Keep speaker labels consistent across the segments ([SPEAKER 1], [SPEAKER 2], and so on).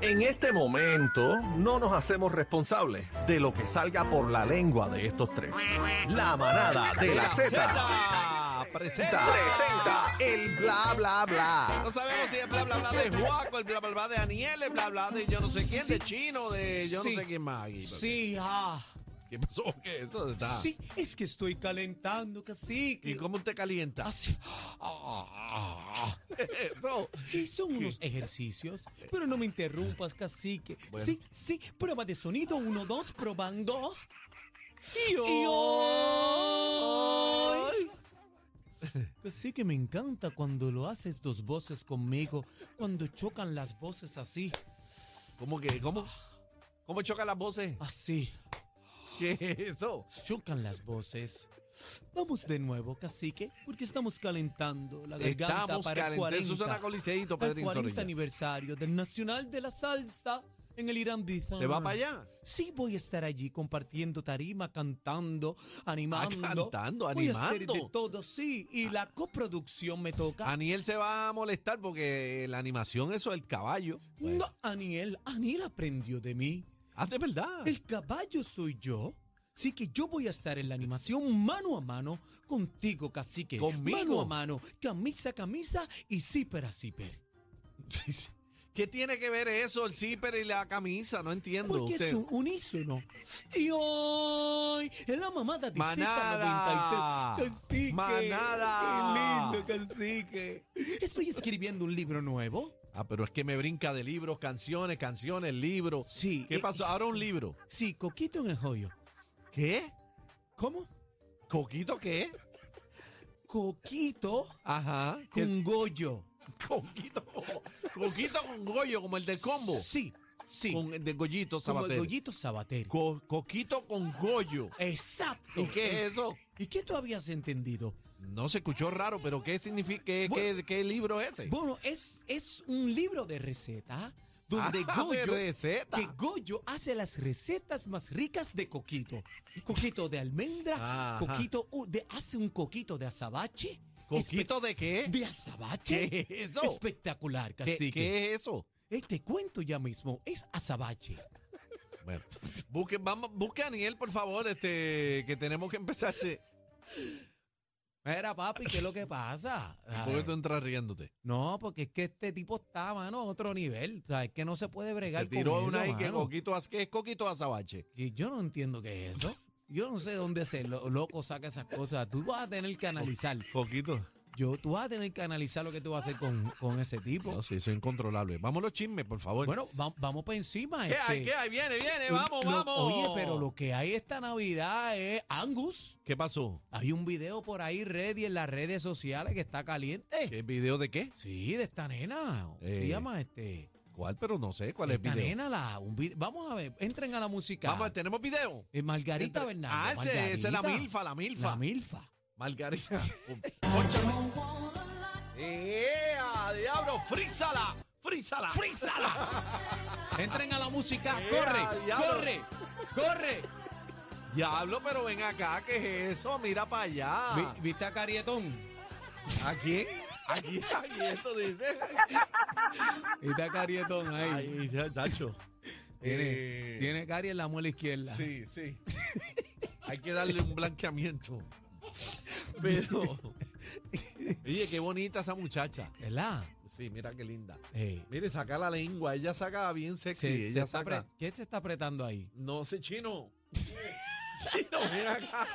[SPEAKER 1] En este momento no nos hacemos responsables de lo que salga por la lengua de estos tres. La manada de la Z
[SPEAKER 2] Zeta presenta.
[SPEAKER 1] presenta el bla bla bla.
[SPEAKER 2] No sabemos si es bla bla bla de Juaco, el bla bla bla de Aniel, el bla bla de yo no sé quién, de Chino, de yo
[SPEAKER 3] Sí.
[SPEAKER 2] no sé quién más. aquí.
[SPEAKER 3] Sí, ah,
[SPEAKER 2] ¿Qué pasó? ¿Qué? Eso está.
[SPEAKER 3] sí, es que estoy calentando,
[SPEAKER 2] ¿Y
[SPEAKER 3] cacique.
[SPEAKER 2] cómo usted calienta?
[SPEAKER 3] Así,
[SPEAKER 2] Eso.
[SPEAKER 3] Ah, sí, son unos ejercicios, pero no me interrumpas, cacique.
[SPEAKER 2] Bueno.
[SPEAKER 3] Sí, sí, prueba de sonido, uno, dos, probando. Y oh.
[SPEAKER 2] hoy-
[SPEAKER 3] hoy- Cacique, me encanta cuando lo haces dos voces conmigo, cuando chocan las voces así,
[SPEAKER 2] ¿Cómo que? ¿Cómo? ¿Cómo chocan las voces?
[SPEAKER 3] así,
[SPEAKER 2] ¿Qué es eso?
[SPEAKER 3] chocan las voces. Vamos de nuevo, cacique, porque estamos calentando la garganta
[SPEAKER 2] Estamos
[SPEAKER 3] para el
[SPEAKER 2] calentando.
[SPEAKER 3] 40.
[SPEAKER 2] Eso suena coliseíto,
[SPEAKER 3] al
[SPEAKER 2] Pedro
[SPEAKER 3] 40
[SPEAKER 2] Insorilla.
[SPEAKER 3] aniversario del Nacional de la Salsa en el Irán Bizán.
[SPEAKER 2] ¿Te va para allá?
[SPEAKER 3] Sí, voy a estar allí compartiendo tarima, cantando, animando.
[SPEAKER 2] Ah, cantando,
[SPEAKER 3] Voy a hacer
[SPEAKER 2] animando. Ah,
[SPEAKER 3] de todo, sí. Y la coproducción me toca.
[SPEAKER 2] Aniel se va a molestar porque la animación, eso del caballo.
[SPEAKER 3] No, Aniel, Aniel aprendió de mí.
[SPEAKER 2] Ah, de verdad.
[SPEAKER 3] El caballo soy yo. Sí que yo voy a estar en la animación mano a mano contigo, cacique.
[SPEAKER 2] ¿Conmigo?
[SPEAKER 3] Mano a mano, camisa a camisa y zíper a zíper.
[SPEAKER 2] Sí, sí. ¿Qué tiene que ver eso, el zipper y la camisa? No entiendo.
[SPEAKER 3] Porque
[SPEAKER 2] usted.
[SPEAKER 3] es un unísono. Y hoy es la mamada de
[SPEAKER 2] Manada.
[SPEAKER 3] Z93. Cacique.
[SPEAKER 2] Manada.
[SPEAKER 3] Qué lindo, cacique. Estoy escribiendo un libro nuevo.
[SPEAKER 2] Ah, pero es que me brinca de libros, canciones, canciones, libros.
[SPEAKER 3] Sí.
[SPEAKER 2] ¿Qué
[SPEAKER 3] eh,
[SPEAKER 2] pasó? Ahora un libro.
[SPEAKER 3] Sí, Coquito en el joyo.
[SPEAKER 2] ¿Qué?
[SPEAKER 3] ¿Cómo?
[SPEAKER 2] ¿Coquito qué?
[SPEAKER 3] Coquito
[SPEAKER 2] Ajá. ¿Qué-
[SPEAKER 3] con Goyo.
[SPEAKER 2] Coquito. Coquito con Goyo, como el del combo.
[SPEAKER 3] Sí, sí.
[SPEAKER 2] Con el de Goyito
[SPEAKER 3] como el
[SPEAKER 2] Sabater.
[SPEAKER 3] Goyito Sabater.
[SPEAKER 2] Co- coquito con Goyo.
[SPEAKER 3] Exacto.
[SPEAKER 2] ¿Y qué es eso?
[SPEAKER 3] ¿Y qué tú habías entendido?
[SPEAKER 2] No se escuchó raro, pero ¿qué significa? ¿Qué,
[SPEAKER 3] Bueno.
[SPEAKER 2] qué- qué libro es ese?
[SPEAKER 3] Bueno, es, es un libro de receta donde
[SPEAKER 2] Ah, de
[SPEAKER 3] Goyo
[SPEAKER 2] receta.
[SPEAKER 3] que Goyo hace las recetas más ricas de coquito. Coquito de almendra,
[SPEAKER 2] Ajá.
[SPEAKER 3] coquito uh, de hace un coquito de azabache.
[SPEAKER 2] ¿Coquito
[SPEAKER 3] Espe-
[SPEAKER 2] de qué?
[SPEAKER 3] de azabache.
[SPEAKER 2] ¿Qué es eso?
[SPEAKER 3] Espectacular,
[SPEAKER 2] ¿Qué,
[SPEAKER 3] cacique.
[SPEAKER 2] qué es eso?
[SPEAKER 3] Eh, te cuento ya mismo, es azabache.
[SPEAKER 2] Bueno, busque, vamos, busque a Aniel, por favor, este, que tenemos que empezar. este-
[SPEAKER 3] Mira, papi, ¿qué es lo que pasa?
[SPEAKER 2] ¿Por qué tú
[SPEAKER 3] Ay,
[SPEAKER 2] entras riéndote?
[SPEAKER 3] No, porque es que este tipo está, mano, a otro nivel. O sea, es que no se puede bregar
[SPEAKER 2] Se tiró
[SPEAKER 3] con
[SPEAKER 2] una
[SPEAKER 3] eso,
[SPEAKER 2] ahí que
[SPEAKER 3] mano.
[SPEAKER 2] coquito, az- que es coquito azabache.
[SPEAKER 3] Que yo no entiendo qué es eso. Yo no sé dónde ese lo- loco saca esas cosas. Tú vas a tener que analizar.
[SPEAKER 2] Coquito.
[SPEAKER 3] Yo, tú vas a tener que analizar lo que tú vas a hacer con, con ese tipo.
[SPEAKER 2] No, sí, eso es incontrolable. Vamos a los chismes, por favor.
[SPEAKER 3] Bueno, va- vamos para encima.
[SPEAKER 2] ¿qué
[SPEAKER 3] este,
[SPEAKER 2] hay? ¿Qué hay? Viene, viene,
[SPEAKER 3] un-
[SPEAKER 2] vamos,
[SPEAKER 3] lo-
[SPEAKER 2] vamos.
[SPEAKER 3] Oye, pero lo que hay esta Navidad es Angus.
[SPEAKER 2] ¿Qué pasó?
[SPEAKER 3] Hay un video por ahí ready en las redes sociales que está caliente.
[SPEAKER 2] ¿Qué video de qué?
[SPEAKER 3] Sí, de esta nena.
[SPEAKER 2] Eh,
[SPEAKER 3] Se llama este.
[SPEAKER 2] ¿Cuál? Pero no sé cuál es el
[SPEAKER 3] Esta
[SPEAKER 2] video.
[SPEAKER 3] nena, la, un vid- vamos a ver, entren a la música.
[SPEAKER 2] Vamos, tenemos video.
[SPEAKER 3] Eh, Margarita
[SPEAKER 2] Entra-
[SPEAKER 3] Bernal.
[SPEAKER 2] Ah, ese- esa es la milfa, la milfa.
[SPEAKER 3] La milfa.
[SPEAKER 2] Margarita. Cónchame. ¡Ea, diablo! ¡Frízala! ¡Frízala!
[SPEAKER 3] ¡Frízala! Entren a la música,
[SPEAKER 2] ¡Ea,
[SPEAKER 3] corre,
[SPEAKER 2] Eh, diablo!
[SPEAKER 3] corre, corre.
[SPEAKER 2] Diablo, pero ven acá, ¿qué es eso? Mira para allá.
[SPEAKER 3] Vi- ¿Viste a Carietón?
[SPEAKER 2] ¿A quién? Aquí, aquí, esto dice.
[SPEAKER 3] ¿Viste a Carietón ahí?
[SPEAKER 2] Ay, ya, chacho.
[SPEAKER 3] Tiene,
[SPEAKER 2] Eh,
[SPEAKER 3] tiene Cari en la muela izquierda.
[SPEAKER 2] Sí, sí. Hay que darle un blanqueamiento. Pero. Oye, qué bonita esa muchacha.
[SPEAKER 3] ¿Verdad?
[SPEAKER 2] Sí, mira qué linda.
[SPEAKER 3] Eh,
[SPEAKER 2] Mire, saca la lengua. Ella saca bien sexy.
[SPEAKER 3] se- se
[SPEAKER 2] ella
[SPEAKER 3] está
[SPEAKER 2] saca.
[SPEAKER 3] apre- ¿Qué se está apretando ahí?
[SPEAKER 2] No sé, chino. chino, ven acá.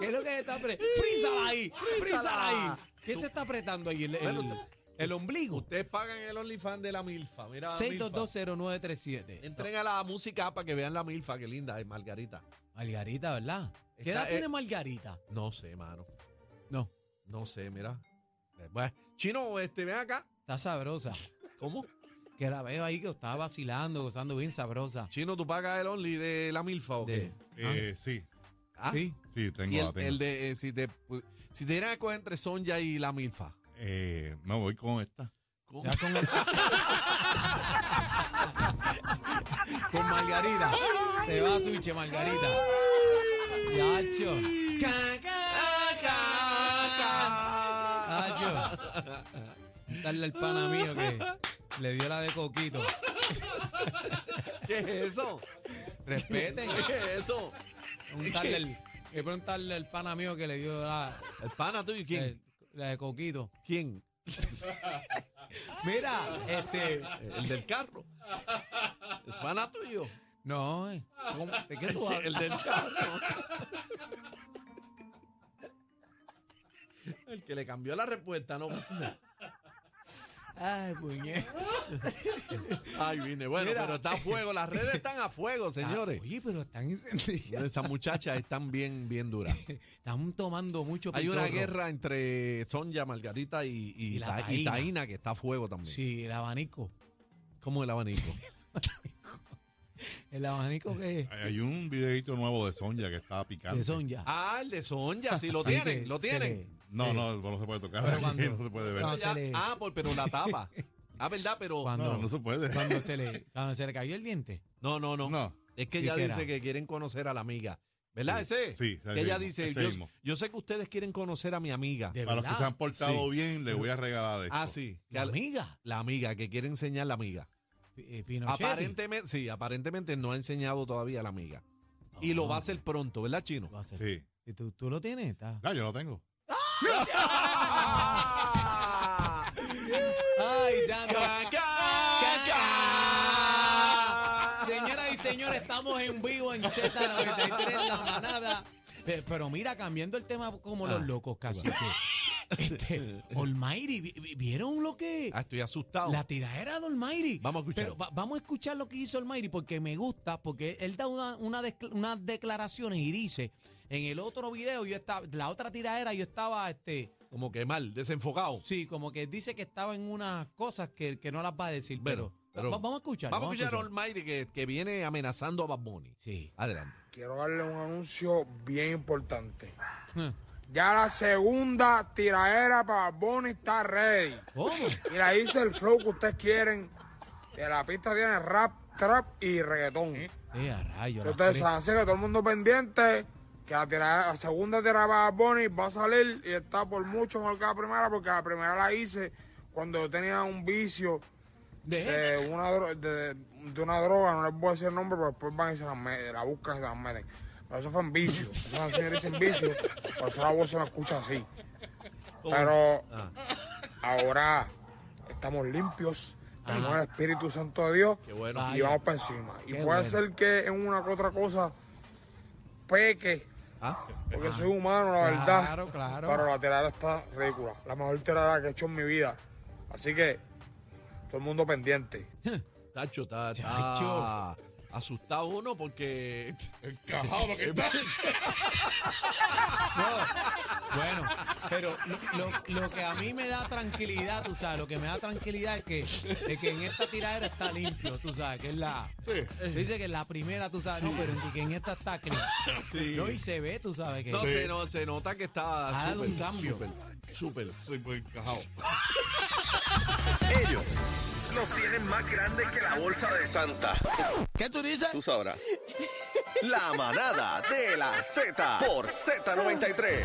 [SPEAKER 3] ¿Qué es lo que se está apretando? ¡Frízala ahí! ¡Frízala
[SPEAKER 2] Frízala.
[SPEAKER 3] ahí! ¿Qué se está apretando ahí? El, el-
[SPEAKER 2] Bueno,
[SPEAKER 3] el ombligo.
[SPEAKER 2] Ustedes pagan el OnlyFans de la Milfa. Mira, la Milfa.
[SPEAKER 3] 6220937.
[SPEAKER 2] Entren a la música para que vean la Milfa. Qué linda es, Margarita.
[SPEAKER 3] Margarita, ¿verdad? ¿Qué
[SPEAKER 2] Está,
[SPEAKER 3] edad
[SPEAKER 2] eh,
[SPEAKER 3] tiene Margarita?
[SPEAKER 2] No sé, mano.
[SPEAKER 3] No,
[SPEAKER 2] No sé, mira. Eh, Bueno, chino, este, ven acá.
[SPEAKER 3] está sabrosa.
[SPEAKER 2] ¿Cómo?
[SPEAKER 3] Que la veo ahí que estaba vacilando, gozando bien sabrosa.
[SPEAKER 2] Chino, ¿tú pagas el Only de la Milfa o
[SPEAKER 3] De-
[SPEAKER 2] qué?
[SPEAKER 4] Eh, sí,
[SPEAKER 2] Ah,
[SPEAKER 3] Sí.
[SPEAKER 4] sí, tengo.
[SPEAKER 2] Y
[SPEAKER 4] la
[SPEAKER 2] el,
[SPEAKER 4] tengo.
[SPEAKER 2] el de, eh, si te, pu- si te dieran a coger entre Sonja y la Milfa.
[SPEAKER 4] Eh, me voy con esta.
[SPEAKER 2] ¿Cómo?
[SPEAKER 3] Ya con, con Margarita. Se va Suche, Margarita. Yacho. Ca, ca, ca. Yacho. Darle al pana mío que Le dio la de Coquito.
[SPEAKER 2] ¿Qué es eso?
[SPEAKER 3] Respeten.
[SPEAKER 2] ¿Qué es eso?
[SPEAKER 3] Preguntarle el, que preguntarle al pana mío que le dio la,
[SPEAKER 2] El pana tuyo, ¿quién?
[SPEAKER 3] el- la de Coquito.
[SPEAKER 2] ¿Quién?
[SPEAKER 3] Mira, este.
[SPEAKER 2] El del carro. El pana tuyo.
[SPEAKER 3] No, eh, ¿cómo- ¿de qué tú hablas?
[SPEAKER 2] El del carro. El que le cambió la respuesta, ¿no?
[SPEAKER 3] Ay, puñeta.
[SPEAKER 2] Ay, vine. Bueno,
[SPEAKER 3] Mira.
[SPEAKER 2] pero está a fuego. Las redes están a fuego, señores.
[SPEAKER 3] Oye, pero están encendidas.
[SPEAKER 2] Esas muchachas están bien, bien duras.
[SPEAKER 3] Están tomando mucho
[SPEAKER 2] Hay una
[SPEAKER 3] pitorro.
[SPEAKER 2] guerra entre Sonja, Margarita y, y,
[SPEAKER 3] Y la
[SPEAKER 2] Ta- y
[SPEAKER 3] Taína.
[SPEAKER 2] Taína, que está a fuego también.
[SPEAKER 3] Sí, el abanico.
[SPEAKER 2] Como el abanico.
[SPEAKER 3] El abanico que
[SPEAKER 4] Hay hay un videito nuevo de Sonja que está picando.
[SPEAKER 3] de Sonja.
[SPEAKER 2] ah, el de Sonja, sí, lo
[SPEAKER 3] Así
[SPEAKER 2] tienen,
[SPEAKER 3] que
[SPEAKER 2] lo
[SPEAKER 3] se
[SPEAKER 2] tienen.
[SPEAKER 3] le-
[SPEAKER 4] No, no, no se puede tocar.
[SPEAKER 3] Pero
[SPEAKER 4] aquí,
[SPEAKER 3] cuando-
[SPEAKER 4] no se puede ver.
[SPEAKER 3] No,
[SPEAKER 4] No,
[SPEAKER 2] Ya-
[SPEAKER 3] se le-
[SPEAKER 2] ah, por, pero la tapa. Ah, ¿verdad? Pero.
[SPEAKER 3] Cuando-
[SPEAKER 4] no, se puede.
[SPEAKER 3] Cuando se le, cuando se le cayó el diente.
[SPEAKER 2] No, no, no.
[SPEAKER 4] No.
[SPEAKER 2] Es que
[SPEAKER 3] ¿Y
[SPEAKER 2] ella
[SPEAKER 3] qué
[SPEAKER 2] dice
[SPEAKER 3] era?
[SPEAKER 2] que quieren conocer a la amiga. ¿Verdad
[SPEAKER 4] Sí,
[SPEAKER 2] ese?
[SPEAKER 4] sí,
[SPEAKER 2] Que ella
[SPEAKER 4] mismo,
[SPEAKER 2] dice,
[SPEAKER 4] ese
[SPEAKER 2] yo,
[SPEAKER 4] mismo.
[SPEAKER 2] yo sé que ustedes quieren conocer a mi amiga.
[SPEAKER 3] De
[SPEAKER 4] Para los que se
[SPEAKER 3] verdad.
[SPEAKER 4] han portado
[SPEAKER 2] Sí.
[SPEAKER 4] bien, le voy a regalar esto.
[SPEAKER 2] Ah, sí. que
[SPEAKER 3] La
[SPEAKER 2] al-
[SPEAKER 3] amiga.
[SPEAKER 2] la amiga, que quiere enseñar la amiga.
[SPEAKER 3] Pi- Pinochet.
[SPEAKER 2] Aparentemente, sí, aparentemente no ha enseñado todavía a la amiga. Y lo va a
[SPEAKER 3] Ah.
[SPEAKER 2] hacer pronto, ¿verdad, Chino?
[SPEAKER 3] Lo va a hacer.
[SPEAKER 4] Sí.
[SPEAKER 3] ¿Y ¿Tú, tú lo tienes? Está-
[SPEAKER 4] Ah, yo lo tengo.
[SPEAKER 1] Ah,
[SPEAKER 3] Ay, santo.
[SPEAKER 2] Ca-
[SPEAKER 3] Señoras y señores, estamos en vivo en Z93 La Manada. Eh, Pero mira, cambiando el tema como
[SPEAKER 2] Ah,
[SPEAKER 3] los locos casi. Este, Almighty, ¿vi- vi- ¿vieron lo que?
[SPEAKER 2] Ah, estoy asustado.
[SPEAKER 3] La tiradera de Almighty.
[SPEAKER 2] Vamos a escuchar.
[SPEAKER 3] Pero va- vamos a escuchar lo que hizo Almighty porque me gusta, porque él da una- una desc- unas declaraciones y dice, en el otro video yo estaba, la otra tiradera yo estaba, este,
[SPEAKER 2] Como que mal, desenfocado.
[SPEAKER 3] sí, como que dice que estaba en unas cosas que, que no las va a decir,
[SPEAKER 2] Bueno,
[SPEAKER 3] pero,
[SPEAKER 2] pero-
[SPEAKER 3] va- vamos a escuchar.
[SPEAKER 2] Vamos a escuchar a Almighty que, que viene amenazando a Bad Bunny.
[SPEAKER 3] Sí.
[SPEAKER 2] Adelante.
[SPEAKER 5] Quiero darle un anuncio bien importante.
[SPEAKER 3] Ah.
[SPEAKER 5] Ya la segunda tiraera para Bonnie está ready.
[SPEAKER 3] ¿Cómo?
[SPEAKER 5] Y la hice el flow que ustedes quieren. De la pista tiene rap, trap y reggaetón.
[SPEAKER 3] Eh, a rayo, las
[SPEAKER 5] Ustedes
[SPEAKER 3] tres.
[SPEAKER 5] saben así que Este todo el mundo pendiente. Que la, tiraera- la segunda tiraera para Bonnie va a salir y está por mucho mejor que la primera porque la primera la hice cuando yo tenía un vicio
[SPEAKER 3] De-
[SPEAKER 5] de una, dro- de, de una droga, no les voy a decir el nombre, pero después van y se la, me- la buscan y se la meten. Pero eso fue en vicio. Esa señora dice en vicio, por eso la voz se la escucha así. Pero
[SPEAKER 2] Ah.
[SPEAKER 5] ahora estamos limpios, tenemos el Espíritu Santo de Dios
[SPEAKER 2] Qué bueno.
[SPEAKER 5] y
[SPEAKER 3] Vaya.
[SPEAKER 5] vamos para encima. Y
[SPEAKER 3] Qué
[SPEAKER 5] puede
[SPEAKER 3] bueno.
[SPEAKER 5] ser que en una u otra cosa peque,
[SPEAKER 2] Ah,
[SPEAKER 5] porque soy humano, la verdad.
[SPEAKER 3] Claro, claro.
[SPEAKER 5] Pero la tirada está ridícula. La mejor tirada que he hecho en mi vida. Así que todo el mundo pendiente.
[SPEAKER 2] Tacho, está, está
[SPEAKER 3] Chacho.
[SPEAKER 2] asustado uno porque
[SPEAKER 4] Encajado que está.
[SPEAKER 3] Bueno, pero lo, lo- lo que a mí me da tranquilidad, tú sabes, lo que me da tranquilidad es que, es que en esta tiradera está limpio, tú sabes, que es la... Dice que en la primera, tú sabes, no, pero en- que en esta está clean. No, y se ve, tú sabes, que...
[SPEAKER 2] no, se, no, se nota que está
[SPEAKER 3] Ha dado
[SPEAKER 2] súper,
[SPEAKER 3] un cambio.
[SPEAKER 2] súper, súper.
[SPEAKER 4] Soy muy encajado.
[SPEAKER 1] Ellos los tienen más grandes que la bolsa de Santa.
[SPEAKER 6] ¿Qué tú dices?
[SPEAKER 1] Tú sabrás. La manada de la Z por Z93.